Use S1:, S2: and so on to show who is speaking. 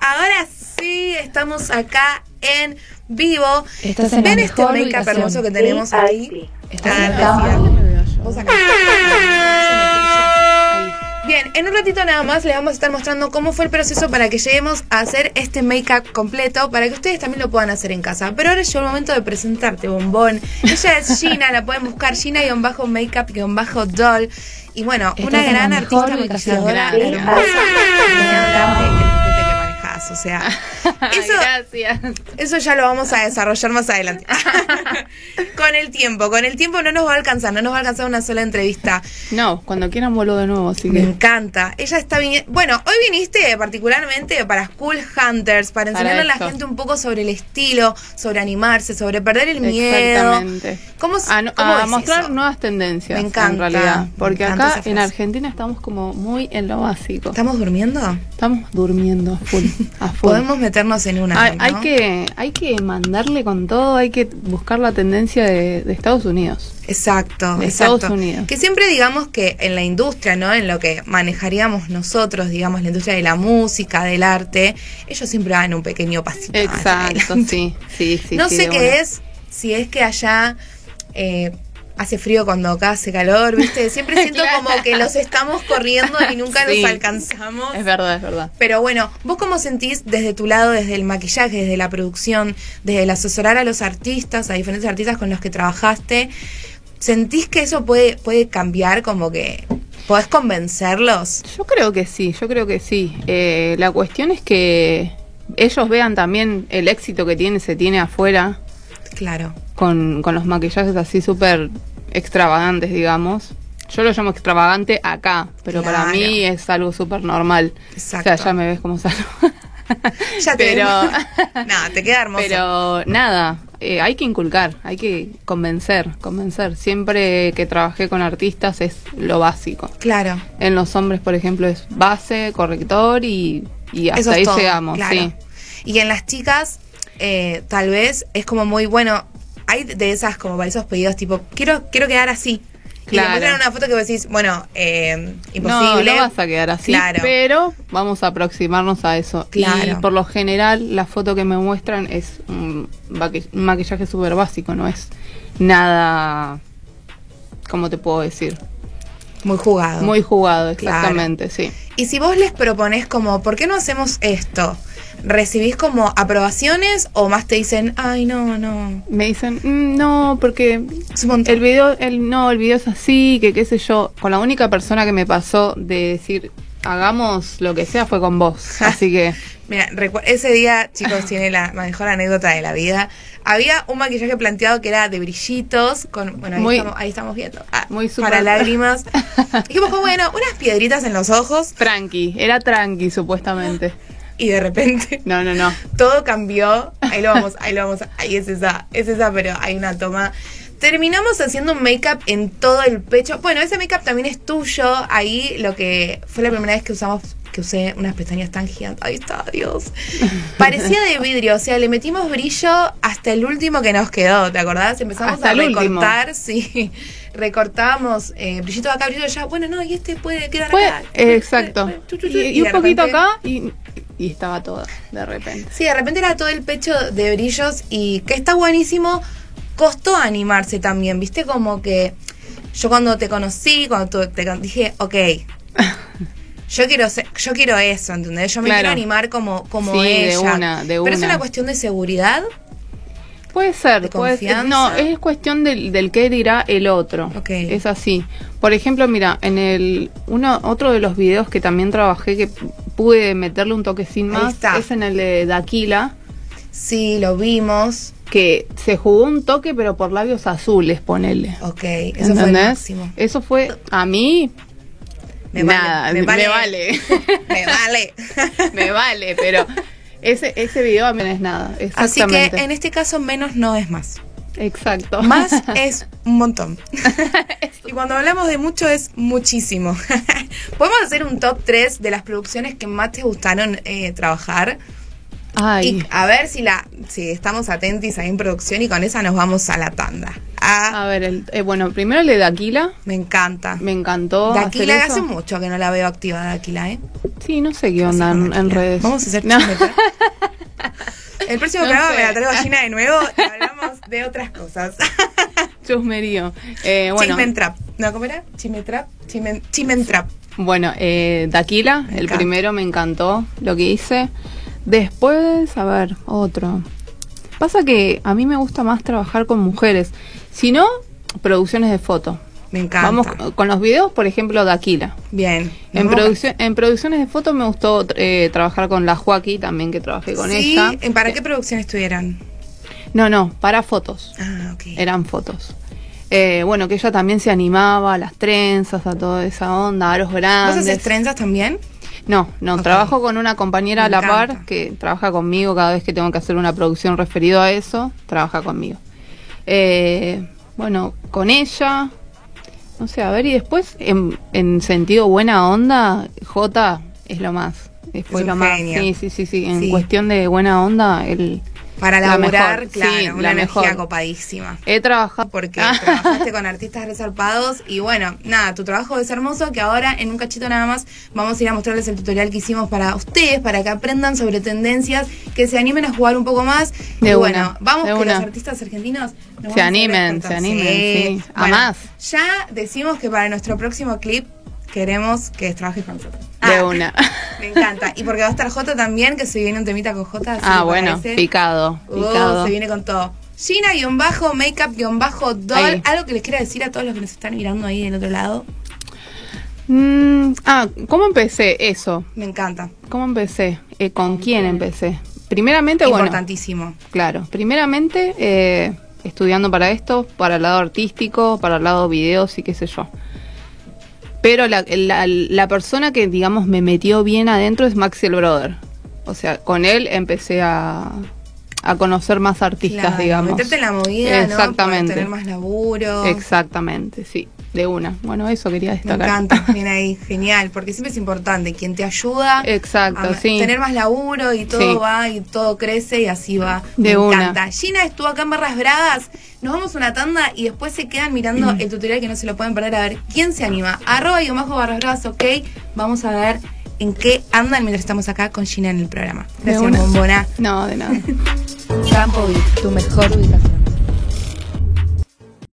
S1: ahora sí estamos acá en vivo.
S2: Estás en la
S1: ¿Ven este
S2: mejor
S1: make-up
S2: ubicación.
S1: hermoso que tenemos ahí?
S2: Estás
S1: Ah,
S2: en la
S1: gracias.
S2: cama.
S1: Vos acá. Bien, en un ratito nada más les vamos a estar mostrando cómo fue el proceso para que lleguemos a hacer este make-up completo, para que ustedes también lo puedan hacer en casa. Pero ahora llegó el momento de presentarte, bombón. Ella es Gina, la pueden buscar Gina-makeup-doll. Y bueno,
S2: Estás
S1: una
S2: en la
S1: gran
S2: mejor
S1: artista
S2: ubicación,
S1: maquilladora
S2: gracias.
S1: hermosa. Me encanta que- que- que manejas, o sea, eso,
S3: Gracias.
S1: eso ya lo vamos a desarrollar más adelante. con el tiempo, con el tiempo no nos va a alcanzar, no nos va a alcanzar una sola entrevista.
S3: No, cuando quieran vuelvo de nuevo, así
S1: Me
S3: que.
S1: encanta. Ella está bien. Bueno, hoy viniste particularmente para School Hunters, para
S3: Para
S1: enseñarle a la
S3: esto.
S1: gente un poco sobre el estilo, sobre animarse, sobre perder el miedo.
S3: Exactamente.
S1: ¿Cómo, se-
S3: A, no-
S1: cómo
S3: a
S1: es
S3: mostrar
S1: eso?
S3: nuevas tendencias.
S1: Me encanta,
S3: En realidad.
S1: me
S3: Porque
S1: encanta
S3: acá
S1: esa
S3: en
S1: frase.
S3: Argentina estamos como muy en lo básico.
S1: ¿Estamos durmiendo?
S3: Estamos durmiendo a full. A full.
S1: Podemos meternos en una.
S3: hay,
S1: ¿no?
S3: hay que, hay que mandarle con todo, hay que buscar la tendencia de, de Estados Unidos.
S1: Exacto,
S3: de
S1: exacto.
S3: Estados Unidos.
S1: Que siempre digamos que en la industria, ¿no? En lo que manejaríamos nosotros, digamos, la industria de la música, del arte, ellos siempre dan un pequeño pasito. más
S3: Exacto,
S1: adelante.
S3: sí, sí, sí.
S1: no
S3: sí,
S1: sé
S3: de
S1: qué
S3: una.
S1: es, si es que allá eh, hace frío cuando acá hace calor, ¿viste? Siempre siento
S3: Claro.
S1: como que los estamos corriendo y nunca
S3: Sí.
S1: nos alcanzamos.
S3: Es verdad, es verdad.
S1: Pero bueno, ¿vos cómo sentís desde tu lado, desde el maquillaje, desde la producción, desde el asesorar a los artistas, a diferentes artistas con los que trabajaste? ¿Sentís que eso puede, puede cambiar? Como que podés convencerlos.
S3: Yo creo que sí, yo creo que sí. Eh, la cuestión es que ellos vean también el éxito que tiene, se tiene afuera
S1: Claro.
S3: con, con los maquillajes así súper extravagantes, digamos. Yo lo llamo extravagante acá, pero para
S1: Claro.
S3: mí es algo súper normal.
S1: Exacto.
S3: O sea, ya me ves como salgo.
S1: Ya te
S3: pero,
S1: Nada, te queda hermoso.
S3: pero nada, eh, hay que inculcar, hay que convencer, convencer. Siempre que trabajé con artistas es lo básico.
S1: Claro.
S3: En los hombres, por ejemplo, es base, corrector y, y hasta
S1: Eso es
S3: ahí
S1: todo,
S3: llegamos,
S1: claro.
S3: sí.
S1: Y en las chicas, eh, tal vez es como muy bueno. Hay de esas como para esos pedidos tipo, quiero, quiero quedar así. Y
S3: Claro.
S1: le muestran una foto que vos decís, bueno, eh,
S3: No,
S1: imposible.
S3: no vas a quedar así,
S1: Claro.
S3: pero vamos a aproximarnos a eso.
S1: Claro.
S3: Y por lo general, la foto que me muestran es un, maqui- un maquillaje súper básico, no es nada, ¿cómo te puedo decir?
S1: Muy jugado.
S3: Muy jugado,
S1: Claro.
S3: exactamente, sí.
S1: Y si vos les propones como, ¿por qué no hacemos esto? ¿Recibís como aprobaciones o más te dicen, ay, no, no?
S3: Me dicen, "Mm, no, porque
S1: Es un montón.
S3: El video, el, no, el video es así, que qué sé yo. Con la única persona que me pasó de decir, hagamos lo que sea, fue con vos. Así que,
S1: Mira, recu- ese día,
S3: Ah.
S1: chicos, tiene la mejor anécdota de la vida. Había un maquillaje planteado que era de brillitos, con, bueno, ahí,
S3: Muy-
S1: estamos, ahí estamos viendo, Ah,
S3: muy super-
S1: para lágrimas. Dijimos, como, bueno, unas piedritas en los ojos
S3: tranqui, era tranqui, supuestamente.
S1: y de repente
S3: No, no, no.
S1: todo cambió. Ahí lo vamos, ahí lo vamos, ahí es esa, es esa, pero hay una toma. Terminamos haciendo un make-up en todo el pecho. Bueno, ese make-up también es tuyo. Ahí lo que fue la primera vez que usamos, que usé unas pestañas tan gigantes. Ahí está, Dios. Parecía de vidrio, o sea, le metimos brillo hasta el último que nos quedó, ¿te acordás? Empezamos
S3: Hasta
S1: a
S3: el último.
S1: recortar, sí. Recortábamos eh, brillito de acá, brillito de allá. Bueno, no, y este puede quedar
S3: Fue,
S1: acá.
S3: eh, exacto.
S1: Chu, chu, chu,
S3: Y, y un
S1: de
S3: poquito
S1: repente-
S3: acá y, y estaba toda, de repente.
S1: Sí, de repente era todo el pecho de brillos y que está buenísimo. Costó animarse también, ¿viste? Como que yo cuando te conocí, cuando tú- te con- dije, ok, yo quiero ser- yo quiero eso, ¿entendés? Yo me
S3: Claro.
S1: quiero animar como, como
S3: Sí, de
S1: ella.
S3: una, de
S1: Pero es
S3: una.
S1: una cuestión de seguridad.
S3: Puede
S1: De
S3: ser, puede ser. No,
S1: confianza.
S3: es cuestión del, del qué dirá el otro.
S1: Ok.
S3: Es así. Por ejemplo, mira, en el uno otro de los videos que también trabajé que pude meterle un toquecín
S1: Ahí
S3: más
S1: está.
S3: es en el de Daquila,
S1: Sí, lo vimos.
S3: que se jugó un toque pero por labios azules, ponele.
S1: Ok, eso fue el
S3: ¿Entendés?
S1: máximo.
S3: Eso fue a mí
S1: Me
S3: nada,
S1: vale, me
S3: me
S1: vale.
S3: vale.
S1: Me vale.
S3: me vale, pero ese ese video a mí no es nada,
S1: Así que
S3: exactamente.
S1: en este caso menos no es más.
S3: Exacto.
S1: Más es un montón. y cuando hablamos de mucho es muchísimo. Podemos hacer un top 3 de las producciones que más te gustaron eh, trabajar.
S3: Ay.
S1: Y a ver si la si estamos atentis ahí en producción y con esa nos vamos a la tanda. Ah,
S3: A ver, el- eh, bueno, primero el de Daquila.
S1: me encanta.
S3: Me encantó.
S1: Daquila
S3: hacer
S1: hace
S3: eso.
S1: mucho que no la veo activa Daquila, ¿eh?
S3: Sí, no sé qué
S1: Así
S3: onda
S1: con
S3: en, en
S1: Daquila.
S3: redes.
S1: Vamos a hacer
S3: No.
S1: chisme. El próximo
S3: No
S1: programa
S3: sé.
S1: me la traigo a Gina de nuevo y hablamos de otras cosas.
S3: Chusmerío. Eh, bueno,
S1: Chisme en trap. ¿No cómo era? Chisme trap, chisme, chisme en trap.
S3: bueno eh, Daquila,
S1: Me
S3: el
S1: encanta.
S3: primero me encantó lo que hice. Después, a ver, otro. Pasa que a mí me gusta más trabajar con mujeres. Si no, producciones de foto.
S1: Me encanta.
S3: Vamos c- con los videos, por ejemplo, Daquila.
S1: Bien.
S3: En,
S1: Nos vamos-
S3: producción, en producciones de foto me gustó eh, trabajar con la Joaquí, también que trabajé con
S1: sí, eh.
S3: ella.
S1: ¿en ¿para qué producción estuvieran?
S3: No, no, para fotos.
S1: Ah, ok.
S3: Eran fotos. Eh, bueno, que ella también se animaba a las trenzas, a toda esa onda, aros
S1: ¿Vos haces
S3: grandes.
S1: trenzas también?
S3: No, no,
S1: Ok.
S3: trabajo con una compañera
S1: Me
S3: a la par
S1: encanta.
S3: que trabaja conmigo cada vez que tengo que hacer una producción referido a eso, trabaja conmigo. Eh, bueno, con ella, no sé, a ver, y después, en, en sentido buena onda, J es lo más. eh, Fue
S1: un
S3: lo más.
S1: genio.
S3: Sí, sí, sí, sí. En
S1: Sí.
S3: cuestión de buena onda, el
S1: Para
S3: La
S1: laburar,
S3: mejor,
S1: claro,
S3: sí,
S1: una
S3: la
S1: energía
S3: mejor.
S1: copadísima.
S3: he trabajado.
S1: Porque
S3: Ah,
S1: trabajaste con artistas resalpados y bueno, nada, tu trabajo es hermoso que ahora en un cachito nada más vamos a ir a mostrarles el tutorial que hicimos para ustedes, para que aprendan sobre tendencias, que se animen a jugar un poco más.
S3: De
S1: y
S3: una,
S1: bueno, vamos
S3: de
S1: que
S3: una.
S1: los artistas argentinos nos vamos
S3: Se
S1: a
S3: animen,
S1: expertos.
S3: se animen, sí. A
S1: Bueno,
S3: más.
S1: Ya decimos que para nuestro próximo clip queremos que trabajes con nosotros.
S3: de
S1: Ah,
S3: una.
S1: Me encanta. Y porque va a estar Jota también, que se viene un temita con Jota. así
S3: ah,
S1: que
S3: bueno,
S1: parece-
S3: picado,
S1: Uh,
S3: picado.
S1: se viene con todo. Gina-makeup-doll,
S3: Ahí.
S1: algo que les quiera decir a todos los que nos están mirando ahí del otro lado.
S3: Mm, ah, ¿cómo empecé eso?
S1: Me encanta.
S3: ¿Cómo empecé? Eh, ¿Con quién empecé? Primeramente, bueno,
S1: Importantísimo.
S3: claro, primeramente eh, estudiando para esto, para el lado artístico, para el lado videos y qué sé yo. Pero la, la- la persona que, digamos, me metió bien adentro es Maxiel Brother. O sea, con él empecé a, a conocer más artistas,
S1: Claro,
S3: digamos.
S1: Meterte en la movida,
S3: Exactamente.
S1: ¿no? Poder tener más laburo.
S3: Exactamente, sí, de una. Bueno, eso quería
S1: Me
S3: destacar.
S1: encanta, bien ahí, genial, porque siempre es importante quien te ayuda
S3: Exacto,
S1: a
S3: sí.
S1: tener más laburo y todo
S3: Sí.
S1: va y todo crece y así va.
S3: De
S1: Me
S3: una.
S1: encanta. Gina estuvo acá en Barras Bravas, nos vamos a una tanda y después se quedan mirando
S3: Mm.
S1: el tutorial que no se lo pueden perder a ver quién se anima. Arroba y bajo Barras Bravas, ok. Vamos a ver en qué andan mientras estamos acá con Gina en el programa.
S3: De
S1: Gracias,
S3: una.
S1: bombona.
S3: No, de nada.
S1: Campo tu mejor ubicación.